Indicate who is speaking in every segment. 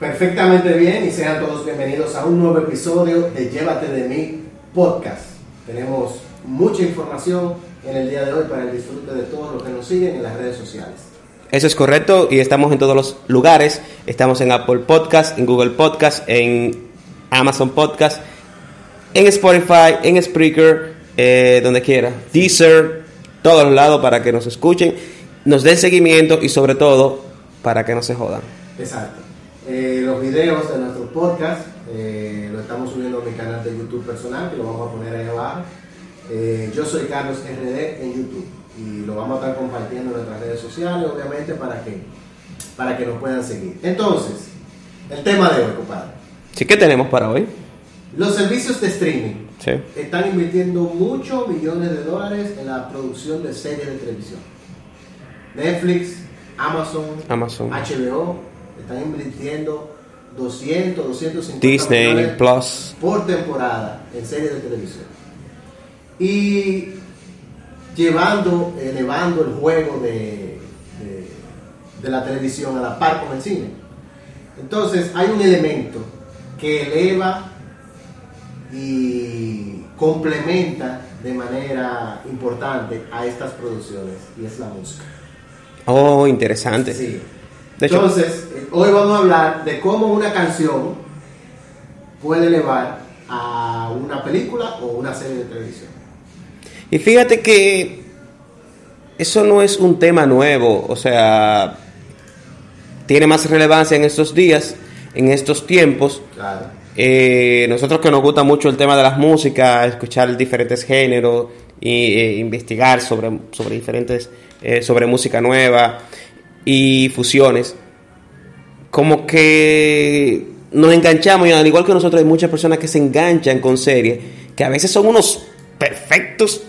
Speaker 1: Perfectamente bien y sean todos bienvenidos a un nuevo episodio de Llévate de mí podcast. Tenemos mucha información en el día de hoy para el disfrute de todos los que nos siguen en las redes sociales.
Speaker 2: Eso es correcto y estamos en todos los lugares. Estamos en Apple Podcast, en Google Podcast, en Amazon Podcast, en Spotify, en Spreaker, eh, donde quiera. Deezer, todos los lados para que nos escuchen, nos den seguimiento y sobre todo para que no se jodan.
Speaker 1: Exacto. Eh, los videos de nuestro podcast eh, lo estamos subiendo a mi canal de YouTube personal, que lo vamos a poner ahí abajo. Eh, yo soy Carlos RD en YouTube y lo vamos a estar compartiendo en nuestras redes sociales, obviamente, para que, para que nos puedan seguir. Entonces, el tema de hoy, compadre.
Speaker 2: Sí, ¿qué tenemos para hoy?
Speaker 1: Los servicios de streaming
Speaker 2: Sí.
Speaker 1: están invirtiendo muchos millones de dólares en la producción de series de televisión. Netflix, Amazon,
Speaker 2: Amazon.
Speaker 1: HBO están invirtiendo 200, 250
Speaker 2: Disney
Speaker 1: millones
Speaker 2: Plus.
Speaker 1: por temporada en series de televisión. Y llevando, eh, elevando el juego de, de- de la televisión a la par con el cine. Entonces hay un elemento que eleva y complementa de manera importante a estas producciones y es la música.
Speaker 2: Oh, interesante.
Speaker 1: Sí.
Speaker 2: De hecho-
Speaker 1: Entonces, eh, hoy vamos a hablar de cómo una canción puede elevar a una película o una serie de televisión.
Speaker 2: Y fíjate que eso no es un tema nuevo, o sea, tiene más relevancia en estos días, en estos tiempos.
Speaker 1: Claro.
Speaker 2: Eh, nosotros que nos gusta mucho el tema de las músicas, escuchar diferentes géneros y eh, investigar sobre, sobre diferentes eh, sobre música nueva y fusiones, como que nos enganchamos y al igual que nosotros hay muchas personas que se enganchan con series que a veces son unos perfectos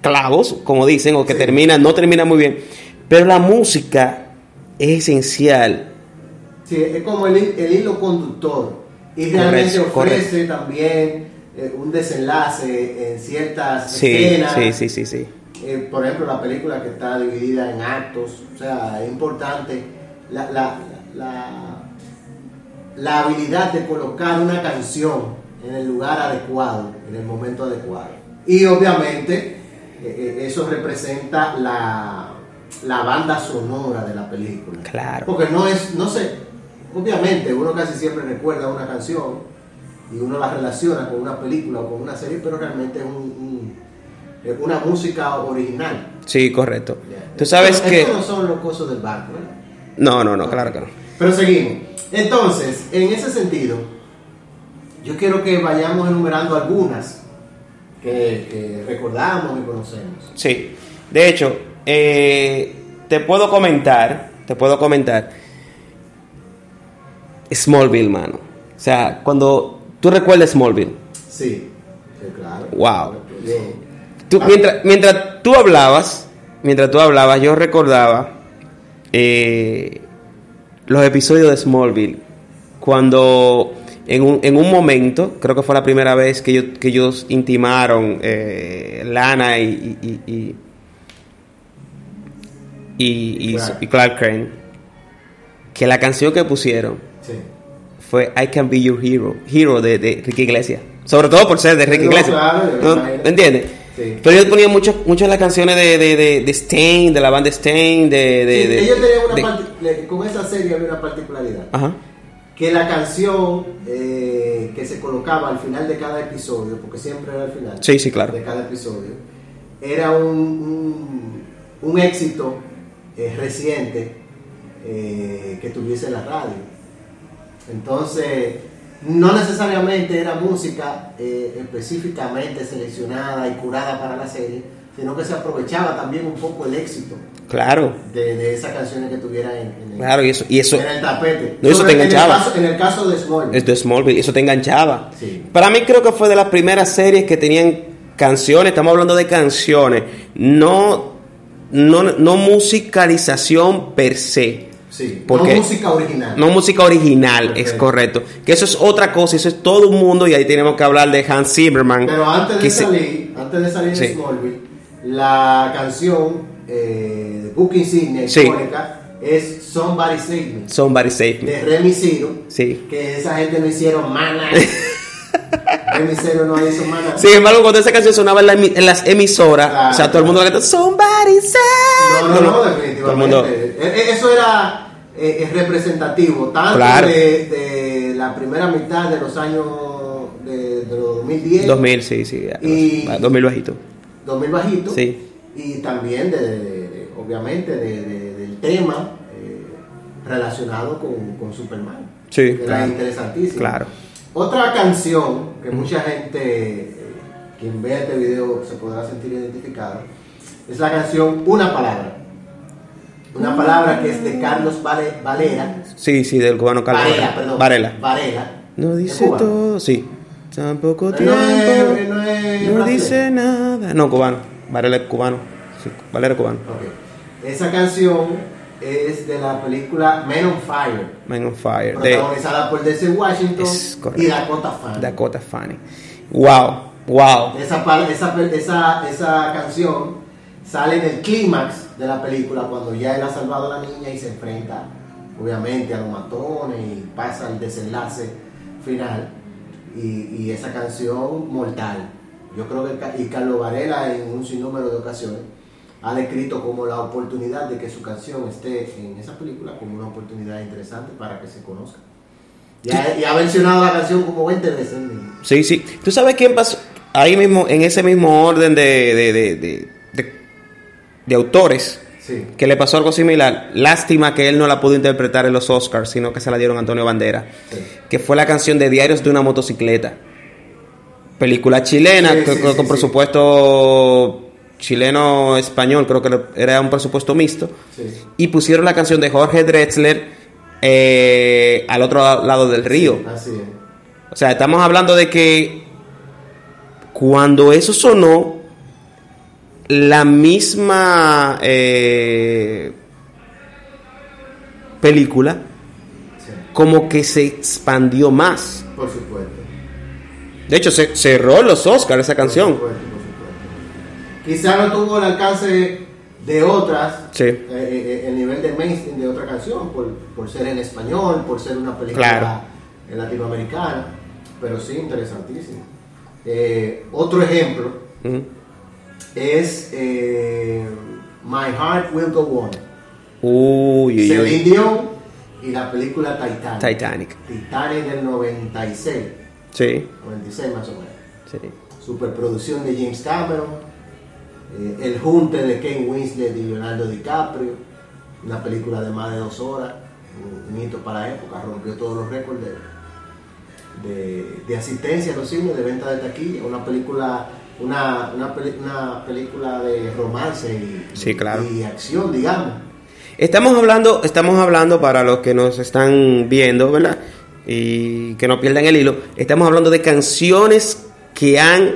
Speaker 2: clavos, como dicen, o que
Speaker 1: Sí.
Speaker 2: terminan no terminan muy bien, pero la música es esencial
Speaker 1: Sí, es como el, hi- el hilo conductor. Y realmente
Speaker 2: Correcto,
Speaker 1: ofrece también eh, un desenlace en ciertas
Speaker 2: Sí,
Speaker 1: escenas.
Speaker 2: sí, sí, sí, sí.
Speaker 1: Eh, por ejemplo, la película que está dividida en actos, o sea, es importante la, la, la- la habilidad de colocar una canción en el lugar adecuado, en el momento adecuado. Y obviamente eh, eh, eso representa la, la banda sonora de la película.
Speaker 2: Claro.
Speaker 1: Porque no es, no sé, obviamente uno casi siempre recuerda una canción y uno la relaciona con una película o con una serie, pero realmente es un- un- eh, una música original.
Speaker 2: Sí, correcto.
Speaker 1: Ya.
Speaker 2: Tú sabes
Speaker 1: Pero
Speaker 2: que...
Speaker 1: Estos no son los cosos del barco, ¿verdad?
Speaker 2: No, no, no, claro que no.
Speaker 1: Pero seguimos. Entonces, en ese sentido, yo quiero que vayamos enumerando algunas que, que recordamos y conocemos.
Speaker 2: Sí. De hecho, eh, te puedo comentar, te puedo comentar. Smallville, mano. O sea, cuando tú recuerdas Smallville,
Speaker 1: Sí, sí, claro.
Speaker 2: Wow.
Speaker 1: Bien.
Speaker 2: tú,
Speaker 1: Ah.
Speaker 2: mientras, mientras tú hablabas, mientras tú hablabas, yo recordaba eh, los episodios de Smallville. Cuando en un, en un momento, creo que fue la primera vez que, yo- que ellos intimaron, eh, Lana y- y- y- y, y, y- y
Speaker 1: Clark.
Speaker 2: Clark. Crane que la canción que pusieron
Speaker 1: Sí.
Speaker 2: fue I Can Be Your Hero, Hero de, de Ricky Iglesias. Sobre todo por ser de Ricky
Speaker 1: No,
Speaker 2: Iglesias.
Speaker 1: claro, yo me
Speaker 2: ¿No?
Speaker 1: imagino.
Speaker 2: ¿Me entiendes?
Speaker 1: Sí.
Speaker 2: Pero ellos ponían mucho- muchas de las canciones de, de, de, de Stain, de la banda Stain, de... de,
Speaker 1: Sí,
Speaker 2: de-
Speaker 1: ellos tenían una
Speaker 2: de-
Speaker 1: parti- le- con esa serie había una particularidad.
Speaker 2: Ajá.
Speaker 1: que la canción eh, que se colocaba al final de cada episodio, porque siempre era al final
Speaker 2: Sí, sí, claro.
Speaker 1: de cada episodio, era un, un- un éxito eh, reciente eh, que tuviese la radio. Entonces, no necesariamente era música eh, específicamente seleccionada y curada para la serie, sino que se aprovechaba también un poco el éxito
Speaker 2: Claro,
Speaker 1: de, de esas canciones que tuvieran en, en el,
Speaker 2: claro, y eso, y eso,
Speaker 1: en el tapete.
Speaker 2: No, eso
Speaker 1: Sobre- en
Speaker 2: te
Speaker 1: el,
Speaker 2: enganchaba. Este,
Speaker 1: caso, en el caso de Small,
Speaker 2: es de Smallville, eso te enganchaba.
Speaker 1: Sí.
Speaker 2: Para mí creo que fue de las primeras series que tenían canciones, estamos hablando de canciones, no, no, no musicalización per se.
Speaker 1: sí,
Speaker 2: porque-
Speaker 1: no música original.
Speaker 2: No música original, es
Speaker 1: Perfecto.
Speaker 2: correcto. Que eso es otra cosa, eso es todo un mundo y ahí tenemos que hablar de Hans Zimmerman.
Speaker 1: Pero antes
Speaker 2: que
Speaker 1: de
Speaker 2: se-
Speaker 1: salir, antes de salir de
Speaker 2: Sí.
Speaker 1: Smallville, la canción eh, de Book Insignia
Speaker 2: Sí.
Speaker 1: icónica es Somebody Save Me
Speaker 2: Somebody Save Me.
Speaker 1: de Remy Ciro.
Speaker 2: Sí.
Speaker 1: Que esa gente no hicieron mana. Remy Ciro no hizo mana.
Speaker 2: Sin embargo, cuando esa canción sonaba en, la emi- en las emisoras,
Speaker 1: Claro.
Speaker 2: o sea, todo el mundo la cantaba, Somebody Save
Speaker 1: No,
Speaker 2: Me".
Speaker 1: no, no,
Speaker 2: Todo el mundo-
Speaker 1: definitivamente. E- e- Eso era eh, eh, representativo, tanto
Speaker 2: Claro.
Speaker 1: de, de la primera mitad de los años de, de los 2010,
Speaker 2: 2000, sí, sí. ya,
Speaker 1: Y-
Speaker 2: 2000 bajito.
Speaker 1: 2000 bajito,
Speaker 2: Sí.
Speaker 1: y también, de, de- de- obviamente, de- de- del tema eh, relacionado con, con Superman.
Speaker 2: Sí,
Speaker 1: que era
Speaker 2: claro.
Speaker 1: interesantísimo.
Speaker 2: Claro.
Speaker 1: Otra canción que mucha gente, eh, quien vea este video, se podrá sentir identificado, es la canción Una Palabra. Una palabra que es de Carlos Vale- Valera.
Speaker 2: Sí, sí, del cubano Carlos
Speaker 1: Varela,
Speaker 2: Varela.
Speaker 1: perdón.
Speaker 2: Varela.
Speaker 1: Varela.
Speaker 2: No
Speaker 1: de
Speaker 2: dice
Speaker 1: Cuba.
Speaker 2: todo, sí. Tampoco
Speaker 1: No
Speaker 2: tiempo.
Speaker 1: es- no es brasileño.
Speaker 2: dice nada. No, cubano. Varela es cubano. Sí, Varela es cubano.
Speaker 1: Ok. Esa canción es de la película Men on Fire,
Speaker 2: Man on Fire. De
Speaker 1: protagonizada por Desi Washington
Speaker 2: Es correcto.
Speaker 1: y Dakota Fanning.
Speaker 2: Dakota Fanning. Wow, wow.
Speaker 1: Esa, pal- esa, pel- esa, esa canción sale en el clímax de la película cuando ya él ha salvado a la niña y se enfrenta, obviamente, a los matones y pasa el desenlace final. Y, y esa canción mortal. Yo creo que Ca- y Carlos Varela en un sinnúmero de ocasiones ha descrito como la oportunidad de que su canción esté en esa película como una oportunidad interesante para que se conozca. Y ha, y ha mencionado la canción como 20 veces. ¿no?
Speaker 2: Sí, sí. ¿Tú sabes quién pasó? Ahí mismo, en ese mismo orden de, de, de, de, de- de autores,
Speaker 1: Sí.
Speaker 2: que le pasó algo similar. Lástima que él no la pudo interpretar en los Oscars, sino que se la dieron a Antonio Bandera.
Speaker 1: Sí.
Speaker 2: Que fue la canción de Diarios de una motocicleta. Película chilena,
Speaker 1: Sí,
Speaker 2: con,
Speaker 1: sí,
Speaker 2: con
Speaker 1: sí, sí.
Speaker 2: presupuesto chileno-español, creo que era un presupuesto mixto.
Speaker 1: Sí.
Speaker 2: y pusieron la canción de Jorge Drexler eh, al otro lado del río.
Speaker 1: Así es.
Speaker 2: O sea, estamos hablando de que cuando eso sonó, la misma eh, película
Speaker 1: sí,
Speaker 2: como que se expandió más.
Speaker 1: por supuesto.
Speaker 2: De hecho, se cerró los Oscars esa
Speaker 1: Por
Speaker 2: canción.
Speaker 1: supuesto, por supuesto. Quizá no tuvo el alcance de otras,
Speaker 2: Sí.
Speaker 1: eh, eh, eh, el nivel de mainstream de otra canción, por, por ser en español, por ser una película
Speaker 2: Claro.
Speaker 1: eh, latinoamericana, pero sí, interesantísimo. Eh, otro ejemplo
Speaker 2: Ujú.
Speaker 1: es eh, My Heart Will Go On,
Speaker 2: Uy, uy, uy.
Speaker 1: Celine Dion y la película Titanic.
Speaker 2: Titanic.
Speaker 1: Titanic del 96,
Speaker 2: Sí,
Speaker 1: 96 más o menos.
Speaker 2: sí.
Speaker 1: superproducción de James Cameron, eh, El Junte de Ken Winslet y Leonardo DiCaprio, una película de más de dos horas, un- un hito para la época, rompió todos los récords de, de- de asistencia a los cines, de venta de taquilla, una película, una, una peli- una película de romance y,
Speaker 2: Sí, claro.
Speaker 1: y acción, digamos.
Speaker 2: Estamos hablando, estamos hablando para los que nos están viendo, ¿verdad? Y que no pierdan el hilo. Estamos hablando de canciones que han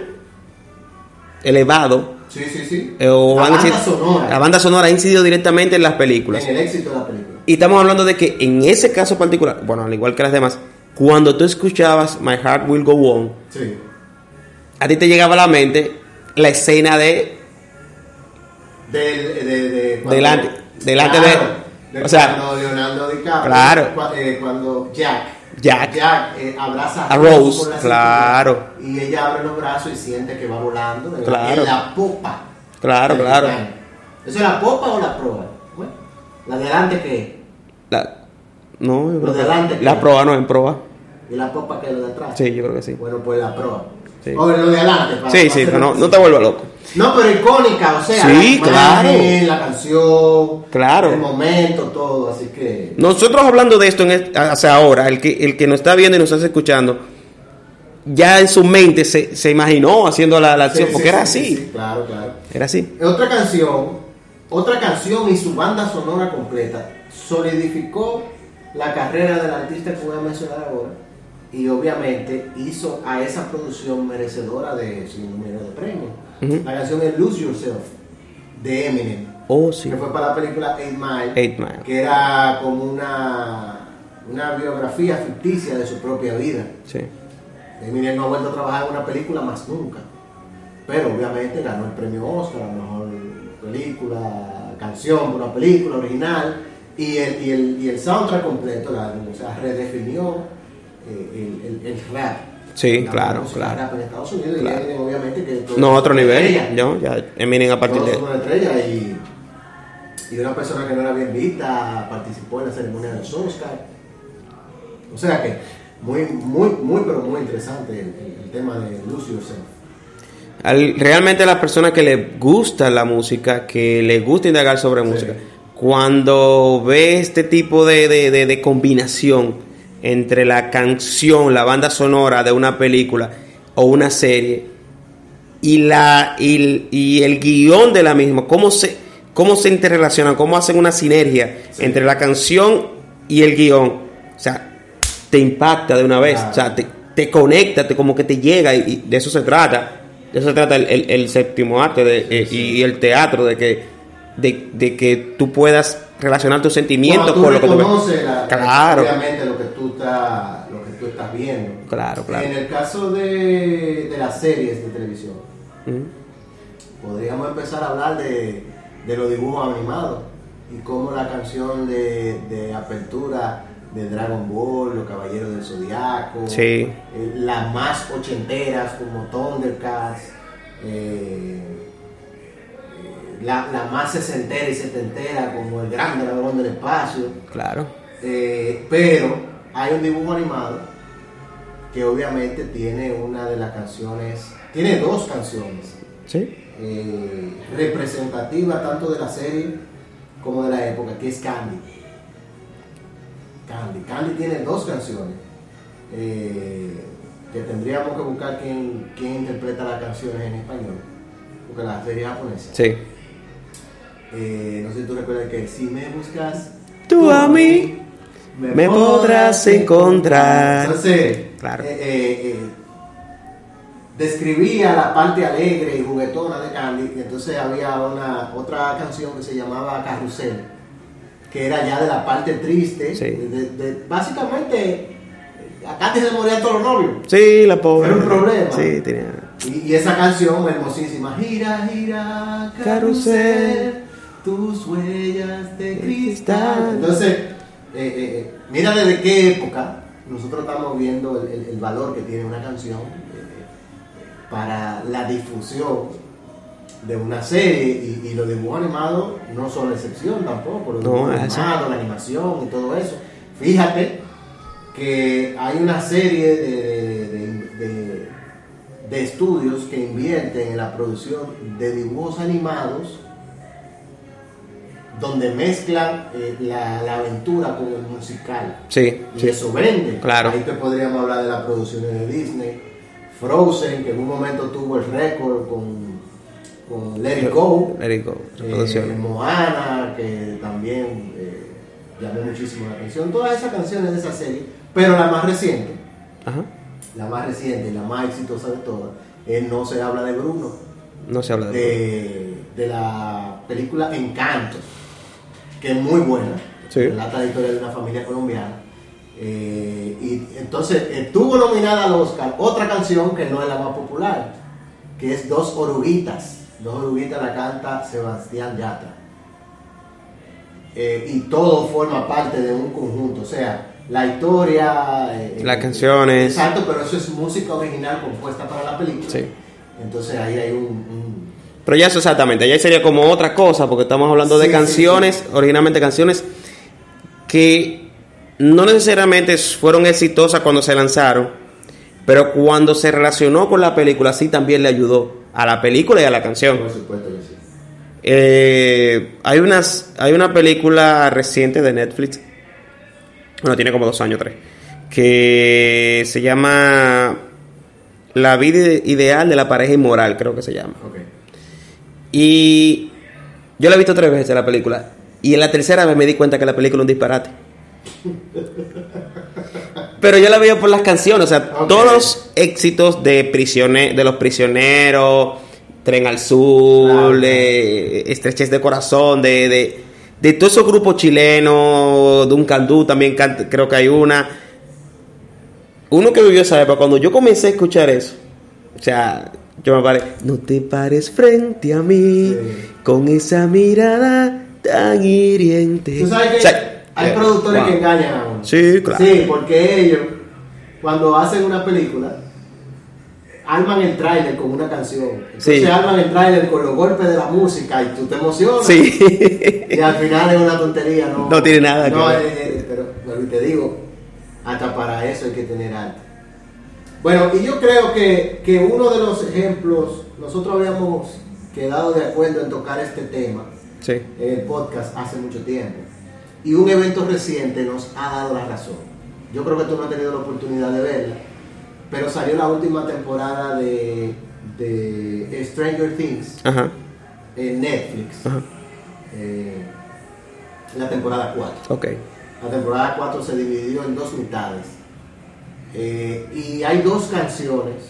Speaker 2: elevado
Speaker 1: Sí, sí, sí.
Speaker 2: eh, o
Speaker 1: la
Speaker 2: han
Speaker 1: banda
Speaker 2: incid-
Speaker 1: sonora,
Speaker 2: la banda sonora ha incidido directamente en las películas.
Speaker 1: en el éxito de la película.
Speaker 2: Y estamos hablando de que en ese caso particular, bueno, al igual que las demás, cuando tú escuchabas My Heart Will Go On,
Speaker 1: Sí,
Speaker 2: a ti te llegaba a la mente la escena de
Speaker 1: Del, de, de- cuando-
Speaker 2: Delante- delante de- o sea,
Speaker 1: cuando Leonardo DiCaprio.
Speaker 2: claro.
Speaker 1: cua- eh, cuando Jack.
Speaker 2: Jack.
Speaker 1: eh, abraza
Speaker 2: A Rose,
Speaker 1: por la
Speaker 2: claro.
Speaker 1: cintura Y ella abre los brazos y siente que va volando en, la-
Speaker 2: Claro.
Speaker 1: en la popa.
Speaker 2: Claro,
Speaker 1: del
Speaker 2: claro.
Speaker 1: Titanic. ¿Eso es la popa o la proa? Bueno, la delante que
Speaker 2: la no, yo creo que-
Speaker 1: adelante,
Speaker 2: la
Speaker 1: creo.
Speaker 2: proa no en proa.
Speaker 1: y la popa que es lo de atrás.
Speaker 2: Sí, yo creo que sí.
Speaker 1: Bueno, pues la proa.
Speaker 2: Sí.
Speaker 1: O lo de adelante. para-
Speaker 2: Sí,
Speaker 1: para
Speaker 2: sí,
Speaker 1: hacer
Speaker 2: pero no,
Speaker 1: un-
Speaker 2: no te vuelvas loco.
Speaker 1: No, pero icónica, o sea,
Speaker 2: Sí,
Speaker 1: la imagen,
Speaker 2: claro.
Speaker 1: la canción,
Speaker 2: Claro.
Speaker 1: el momento, todo, así que
Speaker 2: Nosotros hablando de esto en este- hacia ahora, el que, el que nos está viendo y nos está escuchando, ya en su mente se, se imaginó haciendo la, la
Speaker 1: Sí,
Speaker 2: acción,
Speaker 1: sí,
Speaker 2: porque era
Speaker 1: sí,
Speaker 2: así,
Speaker 1: sí, sí, claro, claro.
Speaker 2: era así.
Speaker 1: Otra canción, otra canción y su banda sonora completa solidificó la carrera del artista que voy a mencionar ahora y obviamente hizo a esa producción merecedora de su número de premio. La canción es Lose Yourself de Eminem,
Speaker 2: Oh, sí.
Speaker 1: que fue para la película Eight Mile,
Speaker 2: Eight Mile.
Speaker 1: que era como una, una biografía ficticia de su propia vida.
Speaker 2: sí.
Speaker 1: Eminem no ha vuelto a trabajar en una película más nunca. Pero obviamente ganó el premio Oscar, a mejor película, canción por una película original. Y el, y el, y el soundtrack completo, la, o sea, redefinió eh, el, el- el rap.
Speaker 2: Sí,
Speaker 1: La
Speaker 2: claro,
Speaker 1: música
Speaker 2: claro.
Speaker 1: rap en Estados Unidos,
Speaker 2: Claro.
Speaker 1: y Eminem, obviamente que. todo
Speaker 2: No, otro
Speaker 1: una
Speaker 2: nivel.
Speaker 1: estrella.
Speaker 2: Yo, ya, Eminem a partir
Speaker 1: Todos
Speaker 2: de...
Speaker 1: somos una estrella y, y una persona que no era bien vista participó en la ceremonia de los Oscar. O sea que muy, muy, muy, pero muy interesante el, el- el tema de Lucy Yourself.
Speaker 2: Al- realmente a las personas que les gusta la música, que les gusta indagar sobre música, cuando ve este tipo de, de- de- de combinación entre la canción, la banda sonora de una película o una serie y, la, y, el- y el guión de la misma, cómo se, cómo se interrelacionan, cómo hacen una sinergia
Speaker 1: Sí.
Speaker 2: entre la canción y el guión, o sea, te impacta de una vez,
Speaker 1: Claro.
Speaker 2: o sea, te, te conecta, te, como que te llega y, y de eso se trata. De eso se trata el, el- el séptimo arte de- eh, y, el teatro, de que, de, de que tú puedas relacionar tus sentimientos
Speaker 1: Cuando
Speaker 2: con lo que tú ves.
Speaker 1: reconoces la-
Speaker 2: Claro,
Speaker 1: obviamente lo que tú estás, lo que tú estás viendo.
Speaker 2: claro, claro.
Speaker 1: En el caso de, de las series de televisión,
Speaker 2: Mm,
Speaker 1: podríamos empezar a hablar de, de los dibujos animados y cómo la canción de, de apertura de Dragon Ball, Los Caballeros del Zodiaco,
Speaker 2: Sí.
Speaker 1: eh, las más ochenteras como Thundercats, eh, eh, la, la más sesentera y setentera como El Gran Dragón del Espacio.
Speaker 2: Claro,
Speaker 1: Eh, pero hay un dibujo animado que obviamente tiene una de las canciones, tiene dos canciones
Speaker 2: sí.
Speaker 1: eh, representativas tanto de la serie como de la época, que es Candy. Candy, Candy tiene dos canciones eh, que tendríamos que buscar quién, quién interpreta las canciones en español, porque la serie es japonesa.
Speaker 2: Sí.
Speaker 1: Eh, no sé si tú recuerdas que si me buscas,
Speaker 2: Tú a mí me podrás encontrar.
Speaker 1: Entonces,
Speaker 2: Claro.
Speaker 1: eh, eh, eh, describía la parte alegre y juguetona de Candy. y entonces había una otra canción que se llamaba Carrusel, que era ya de la parte triste.
Speaker 2: Sí.
Speaker 1: de- de- básicamente, a Candy se le morían todos los novios.
Speaker 2: Sí, la pobre.
Speaker 1: Era un problema.
Speaker 2: Sí, tenía.
Speaker 1: Y, y esa canción hermosísima, gira, gira,
Speaker 2: Carrusel,
Speaker 1: carrusel, tus huellas de cristal. Entonces, eh, eh, eh, mira desde qué época nosotros estamos viendo el, el- el valor que tiene una canción eh, eh, para la difusión de una serie y, y los dibujos animados no son la excepción tampoco, los
Speaker 2: No,
Speaker 1: dibujos
Speaker 2: es así.
Speaker 1: animados, la animación y todo eso. Fíjate que hay una serie de, de- de- de estudios que invierten en la producción de dibujos animados donde mezclan eh, la, la aventura con el musical.
Speaker 2: Sí,
Speaker 1: Y
Speaker 2: sí.
Speaker 1: eso vende.
Speaker 2: Claro.
Speaker 1: Ahí te podríamos hablar de las producciones de Disney. Frozen, que en un momento tuvo el récord con, con Let It Go.
Speaker 2: Let it go,
Speaker 1: Eh,
Speaker 2: reproducciones.
Speaker 1: Moana, que también eh, llamó muchísimo la atención. Todas esas canciones de esa serie, pero la más reciente,
Speaker 2: Ajá.
Speaker 1: la más reciente y la más exitosa de todas, es No se habla de Bruno,
Speaker 2: No se habla de.
Speaker 1: eh, de, de la película Encanto, que es muy buena,
Speaker 2: Sí.
Speaker 1: relata la historia de una familia colombiana. Eh, y entonces estuvo nominada al Oscar otra canción que no es la más popular, que es Dos Oruguitas. Dos Oruguitas la canta Sebastián Yatra. Eh, y todo forma parte de un conjunto, o sea, la historia, eh,
Speaker 2: Las canciones.
Speaker 1: Exacto, pero eso es música original compuesta para la película.
Speaker 2: Sí.
Speaker 1: Entonces ahí hay un- un
Speaker 2: Pero ya eso exactamente, ya sería como otra cosa, porque estamos hablando
Speaker 1: Sí,
Speaker 2: de
Speaker 1: sí,
Speaker 2: canciones, originalmente canciones que no necesariamente fueron exitosas cuando se lanzaron, pero cuando se relacionó con la película, sí también le ayudó a la película y a la canción.
Speaker 1: Por supuesto que sí.
Speaker 2: Eh, hay, unas, hay una película reciente de Netflix, bueno, tiene como dos años, tres, que se llama La vida ide- ideal de la pareja inmoral, creo que se llama.
Speaker 3: Ok.
Speaker 2: Y yo la he visto tres veces la película. Y en la tercera vez me di cuenta que la película es un disparate. Pero yo la veo por las canciones, o sea,
Speaker 1: Ok.
Speaker 2: todos los éxitos de, prisione- de los prisioneros, Tren al Sur,
Speaker 1: Claro.
Speaker 2: eh, Estrechez de Corazón, de, de, de todos esos grupos chilenos, Duncan Du también canta- creo que hay una. Uno que vivió esa época, cuando yo comencé a escuchar eso, o sea, yo me paré, no te pares frente a mí
Speaker 1: Sí.
Speaker 2: con esa mirada tan hiriente.
Speaker 1: Tú sabes que
Speaker 2: O sea,
Speaker 1: hay
Speaker 2: eh,
Speaker 1: productores
Speaker 2: wow.
Speaker 1: que engañan a uno.
Speaker 2: Sí, claro.
Speaker 1: Sí, porque ellos, cuando hacen una película, arman el tráiler con una canción. Entonces
Speaker 2: Sí.
Speaker 1: arman el tráiler con los golpes de la música y tú te emocionas.
Speaker 2: Sí.
Speaker 1: Y al final es una tontería, ¿no?
Speaker 2: No tiene nada que
Speaker 1: no,
Speaker 2: ver.
Speaker 1: eh, eh, pero vuelvo y te digo, hasta para eso hay que tener arte. Bueno, y yo creo que, que uno de los ejemplos, nosotros habíamos quedado de acuerdo en tocar este tema
Speaker 2: Sí.
Speaker 1: en el podcast hace mucho tiempo. Y un evento reciente nos ha dado la razón. Yo creo que tú no has tenido la oportunidad de verla, pero salió la última temporada de, de Stranger Things
Speaker 2: Ajá.
Speaker 1: en Netflix.
Speaker 2: Ajá.
Speaker 1: Eh, la temporada 4.
Speaker 2: Ok.
Speaker 1: La temporada 4 se dividió en dos mitades. Eh, y hay dos canciones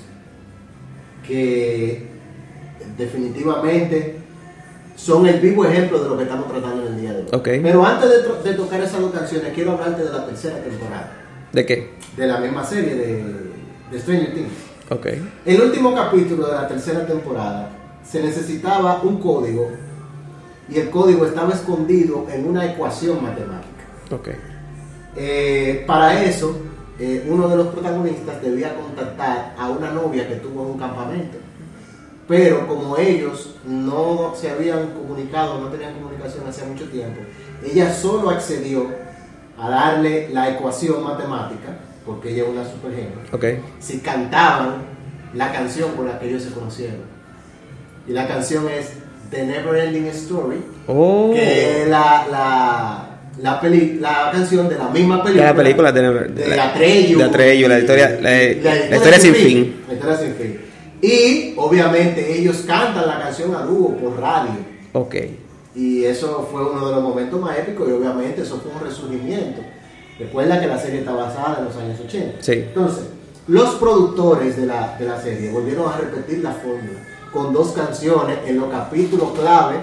Speaker 1: que definitivamente son el vivo ejemplo de lo que estamos tratando en el día de hoy.
Speaker 2: Ok.
Speaker 1: Pero antes de, tro- de tocar esas dos canciones, quiero hablarte de la tercera temporada,
Speaker 2: ¿De qué?
Speaker 1: de la misma serie de, de Stranger Things.
Speaker 2: Ok.
Speaker 1: El último capítulo de la tercera temporada se necesitaba un código y el código estaba escondido en una ecuación matemática.
Speaker 2: Ok.
Speaker 1: Eh, para eso, eh, uno de los protagonistas debía contactar a una novia que tuvo en un campamento. Pero como ellos no se habían comunicado, no tenían comunicación hace mucho tiempo, ella solo accedió a darle la ecuación matemática, porque ella es una supergenio,
Speaker 2: Ok.
Speaker 1: si cantaban la canción con la que ellos se conocieron. Y la canción es The Never Ending Story
Speaker 2: Oh.
Speaker 1: que es la, la, la, peli- la canción de la misma
Speaker 2: De
Speaker 1: película.
Speaker 2: la película de,
Speaker 1: de Atreyu.
Speaker 2: De Atreyu, la
Speaker 1: y-
Speaker 2: historia,
Speaker 1: y-
Speaker 2: la, la historia, sin fin.
Speaker 1: La historia sin fin. Y obviamente ellos cantan la canción a dúo por radio.
Speaker 2: Ok.
Speaker 1: Y eso fue uno de los momentos más épicos y obviamente eso fue un resurgimiento. Recuerda que la serie está basada en los años 80.
Speaker 2: Sí.
Speaker 1: Entonces, los productores de la, de la serie volvieron a repetir la fórmula con dos canciones en los capítulos clave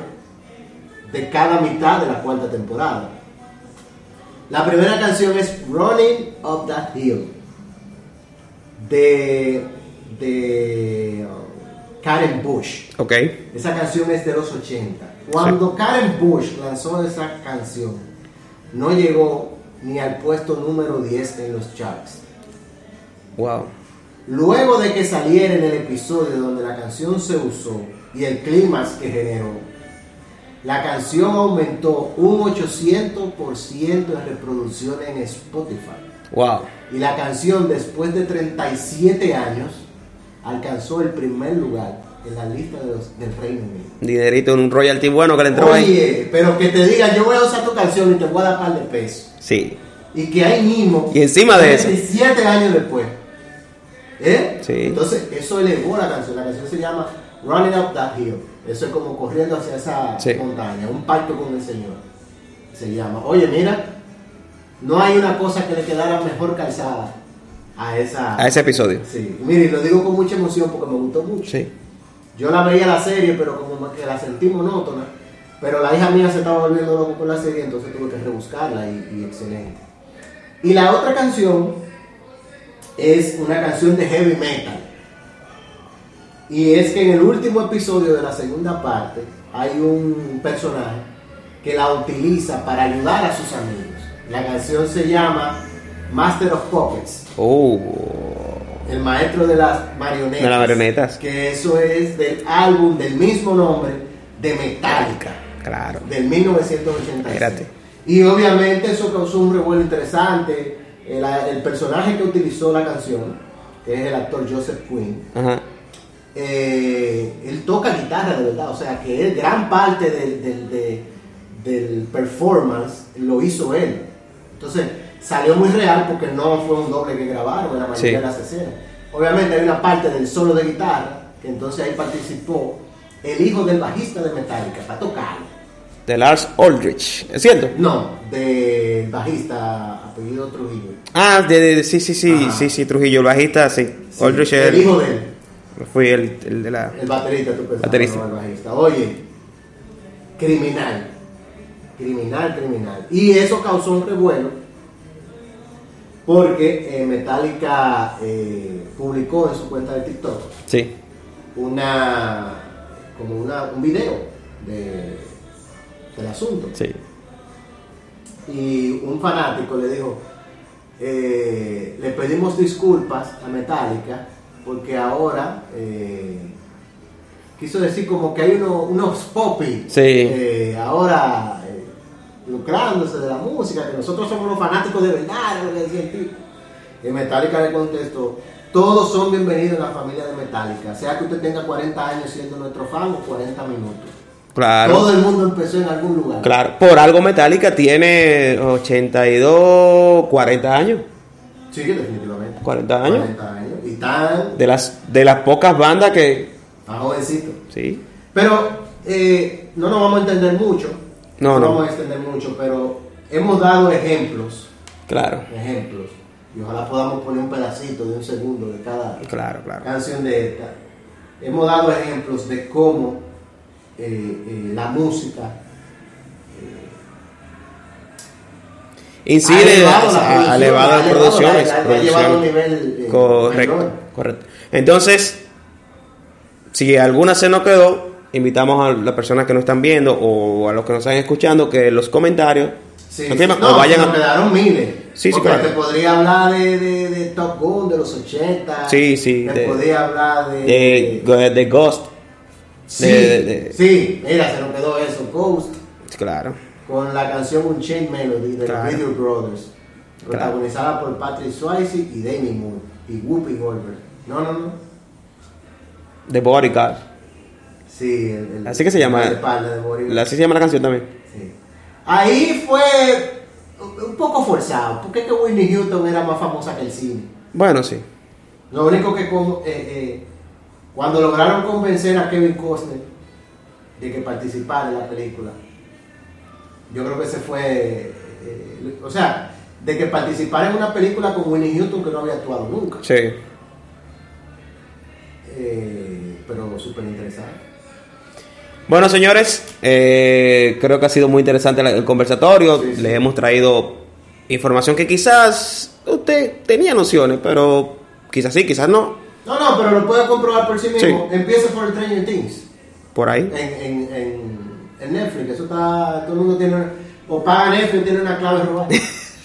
Speaker 1: de cada mitad de la cuarta temporada. La primera canción es Running Up That Hill de, de uh, Karen Bush.
Speaker 2: Ok.
Speaker 1: Esa canción es de los 80. Cuando Karen Bush lanzó esa canción, no llegó ni al puesto número 10 en los charts.
Speaker 2: Wow.
Speaker 1: Luego de que saliera en el episodio donde la canción se usó y el clímax que generó, la canción aumentó un 800% en reproducciones en Spotify.
Speaker 2: Wow.
Speaker 1: Y la canción, después de 37 años, alcanzó el primer lugar en la lista de los- del Reino Unido.
Speaker 2: Dinerito en un royalty bueno que le entró ahí.
Speaker 1: Oye, pero que te diga, yo voy a usar tu canción y te voy a dar par de pesos.
Speaker 2: Sí.
Speaker 1: Y que ahí mismo.
Speaker 2: Y encima de eso.
Speaker 1: 17 años después. ¿Eh?
Speaker 2: Sí.
Speaker 1: Entonces, eso elevó la canción. La canción se llama Running Up That Hill. Eso es como corriendo hacia esa
Speaker 2: Sí.
Speaker 1: montaña. Un pacto con el Señor. Se llama. Oye, mira, no hay una cosa que le quedara mejor calzada a esa.
Speaker 2: A ese episodio.
Speaker 1: Sí. Mire, lo digo con mucha emoción porque me gustó mucho.
Speaker 2: Sí.
Speaker 1: Yo la veía la serie, pero como que la sentí monótona. Pero la hija mía se estaba volviendo loco con la serie, entonces tuve que rebuscarla y, y excelente. Y la otra canción es una canción de heavy metal. Y es que en el último episodio de la segunda parte hay un personaje que la utiliza para ayudar a sus amigos. La canción se llama Master of Puppets.
Speaker 2: Oh.
Speaker 1: El maestro de las marionetas.
Speaker 2: De las marionetas.
Speaker 1: Que eso es del álbum del mismo nombre de Metallica,
Speaker 2: Claro.
Speaker 1: del 1986.
Speaker 2: Espérate.
Speaker 1: Y obviamente eso causó un revuelo interesante. El, el personaje que utilizó la canción, que es el actor Joseph Quinn,
Speaker 2: Ajá.
Speaker 1: eh, él toca guitarra de verdad, o sea que él gran parte del, del- de- del performance lo hizo él. Entonces salió muy real porque no fue un doble que grabaron en la mayoría
Speaker 2: Sí.
Speaker 1: de las escenas. Obviamente hay una parte del solo de guitarra, que entonces ahí participó el hijo del bajista de Metallica, para tocarlo.
Speaker 2: De Lars Aldrich, ¿es cierto?
Speaker 1: No, del bajista, apellido Trujillo.
Speaker 2: Ah, de, de- de- sí, sí, sí,
Speaker 1: Ajá.
Speaker 2: sí, sí, Trujillo, el bajista, sí.
Speaker 1: Sí,
Speaker 2: Aldrich es
Speaker 1: el hijo de él.
Speaker 2: Fue el, el de la...
Speaker 1: El baterista, tú pensabas,
Speaker 2: Baterista.
Speaker 1: no el bajista. Oye, criminal. Criminal, criminal. Y eso causó un revuelo porque eh, Metallica eh, publicó en su cuenta de TikTok
Speaker 2: Sí.
Speaker 1: una como una, un video de, del asunto.
Speaker 2: Sí.
Speaker 1: Y un fanático le dijo, eh, le pedimos disculpas a Metallica porque ahora eh, quiso decir como que hay uno- unos popis
Speaker 2: Sí.
Speaker 1: eh, ahora eh, lucrándose de la música, que nosotros somos los fanáticos de verdad, era lo que decía el tipo. Y Metallica le contestó, todos son bienvenidos a la familia de Metallica, sea que usted tenga 40 años siendo nuestro fan o 40 minutos. Todo
Speaker 2: Claro.
Speaker 1: el mundo empezó en algún lugar.
Speaker 2: Claro. Por algo Metallica tiene 82, 40 años.
Speaker 1: Sí, definitivamente.
Speaker 2: 40 años.
Speaker 1: 40 años. Y tan,
Speaker 2: De las, de las pocas bandas que...
Speaker 1: tan jovencito.
Speaker 2: Sí.
Speaker 1: Pero eh, no nos vamos a entender mucho.
Speaker 2: No, no.
Speaker 1: vamos a entender mucho, pero hemos dado ejemplos.
Speaker 2: Claro.
Speaker 1: Ejemplos. Y ojalá podamos poner un pedacito de un segundo de cada
Speaker 2: Claro, claro.
Speaker 1: canción de esta. Hemos dado ejemplos de cómo eh, eh, la música
Speaker 2: Incide,
Speaker 1: elevado la
Speaker 2: o sea,
Speaker 1: producción,
Speaker 2: ha elevado
Speaker 1: ha elevado
Speaker 2: las
Speaker 1: la-
Speaker 2: producciones.
Speaker 1: la- la ha
Speaker 2: producción.
Speaker 1: llevado a un nivel, eh,
Speaker 2: correcto,
Speaker 1: mayor.
Speaker 2: correcto. Entonces, si alguna se nos quedó, invitamos a las personas que nos están viendo o a los que nos están escuchando que los comentarios
Speaker 1: Sí,
Speaker 2: no
Speaker 1: sí,
Speaker 2: teman,
Speaker 1: no,
Speaker 2: o vayan
Speaker 1: se nos
Speaker 2: a-
Speaker 1: quedaron miles.
Speaker 2: Sí, sí,
Speaker 1: Porque
Speaker 2: claro.
Speaker 1: Te podría hablar de, de- de Top Gun de los 80.
Speaker 2: Sí, sí,
Speaker 1: Te
Speaker 2: de-
Speaker 1: podría hablar de.
Speaker 2: de, de- de eh, Ghost.
Speaker 1: sí,
Speaker 2: de- de-
Speaker 1: sí, mira, se nos quedó eso. Ghost
Speaker 2: Claro,
Speaker 1: con la canción Unchained Melody de
Speaker 2: Claro.
Speaker 1: los Video Brothers. Protagonizada por Patrick Swayze y Demi Moore. Y Whoopi Goldberg. No, no, no.
Speaker 2: de Bodyguard.
Speaker 1: Sí, el, el-
Speaker 2: Así que se llama-
Speaker 1: el de espalda de Boris.
Speaker 2: La- Así se llama la canción también.
Speaker 1: Sí. Ahí fue un un poco forzado. Porque es que Whitney Houston era más famosa que el cine.
Speaker 2: Bueno, sí.
Speaker 1: Lo único que como- eh, eh, cuando lograron convencer a Kevin Costner de que participara en la película, yo creo que se fue, eh, o sea, de que participara en una película con Winnie Houston que no había actuado nunca.
Speaker 2: Sí.
Speaker 1: Eh, pero súper interesante.
Speaker 2: Bueno, señores, eh, creo que ha sido muy interesante la- el conversatorio.
Speaker 1: Sí, sí.
Speaker 2: Les hemos traído información que quizás usted tenía nociones, pero quizás sí, quizás no.
Speaker 1: No, no, pero lo puede comprobar por sí mismo. Empieza por el Stranger Things
Speaker 2: Por ahí.
Speaker 1: en, en- en- en Netflix. Eso está, todo el mundo tiene, o paga Netflix, tiene una clave robada.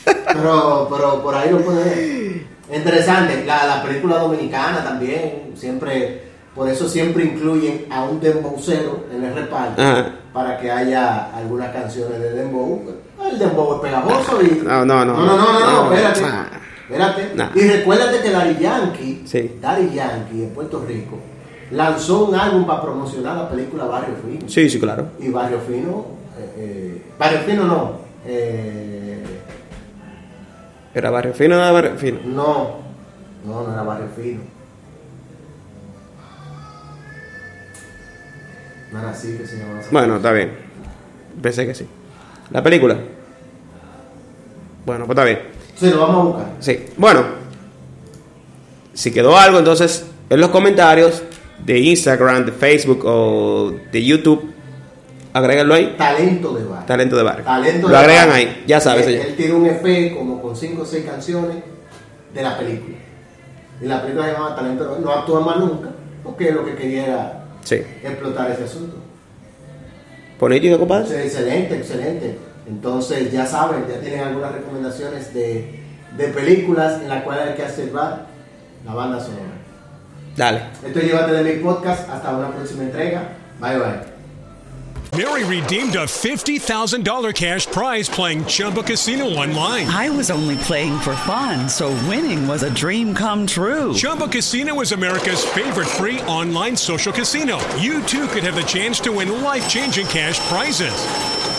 Speaker 1: pero, pero por ahí lo puede ver. Interesante, la, la película dominicana también, siempre, por eso siempre incluyen a un dembowcero en el reparto,
Speaker 2: Ajá.
Speaker 1: para que haya algunas canciones de dembow. El dembow es pegajoso y...
Speaker 2: No, no, no.
Speaker 1: No, no, no, no,
Speaker 2: No,
Speaker 1: espérate.
Speaker 2: nah.
Speaker 1: Espérate.
Speaker 2: Nah.
Speaker 1: Y recuérdate que Daddy Yankee,
Speaker 2: Sí.
Speaker 1: Daddy Yankee en Puerto Rico, lanzó un álbum para promocionar la película Barrio Fino.
Speaker 2: Sí, sí, claro.
Speaker 1: Y Barrio Fino, eh, eh, Barrio Fino no, eh,
Speaker 2: Era barrio fino, era barrio fino.
Speaker 1: no, no, no era Barrio Fino. No era así que se llamaba. esa-
Speaker 2: Bueno, está bien. Pensé que sí. La película. Bueno, pues está bien.
Speaker 1: Sí, lo vamos a buscar.
Speaker 2: Sí. Bueno, si quedó algo, entonces en los comentarios de Instagram, de Facebook o de YouTube, agréganlo ahí.
Speaker 1: Talento de Barrio.
Speaker 2: Talento de barrio.
Speaker 1: Talento
Speaker 2: Lo
Speaker 1: de
Speaker 2: agregan
Speaker 1: Barrio. Eh,
Speaker 2: ahí, ya sabes,
Speaker 1: Él,
Speaker 2: señor.
Speaker 1: él tiene un EP como con 5 o 6 canciones de la película. Y la película se llamaba Talento de Barrio. No actúa más nunca, porque lo que quería era
Speaker 2: Sí.
Speaker 1: explotar ese asunto.
Speaker 2: Político, compadre.
Speaker 1: Entonces, excelente, excelente. Entonces, ya saben, ya tienen algunas recomendaciones de, de películas en las cuales hay que observar la banda sonora.
Speaker 2: Dale.
Speaker 1: Esto es Llévate de mi podcast. Hasta una próxima entrega. Bye bye.
Speaker 4: Mary redeemed a $50,000 cash prize playing Chumba Casino online.
Speaker 5: I was only playing for fun, so winning was a dream come true.
Speaker 4: Chumba Casino is America's favorite free online social casino. You too could have the chance to win life changing cash prizes.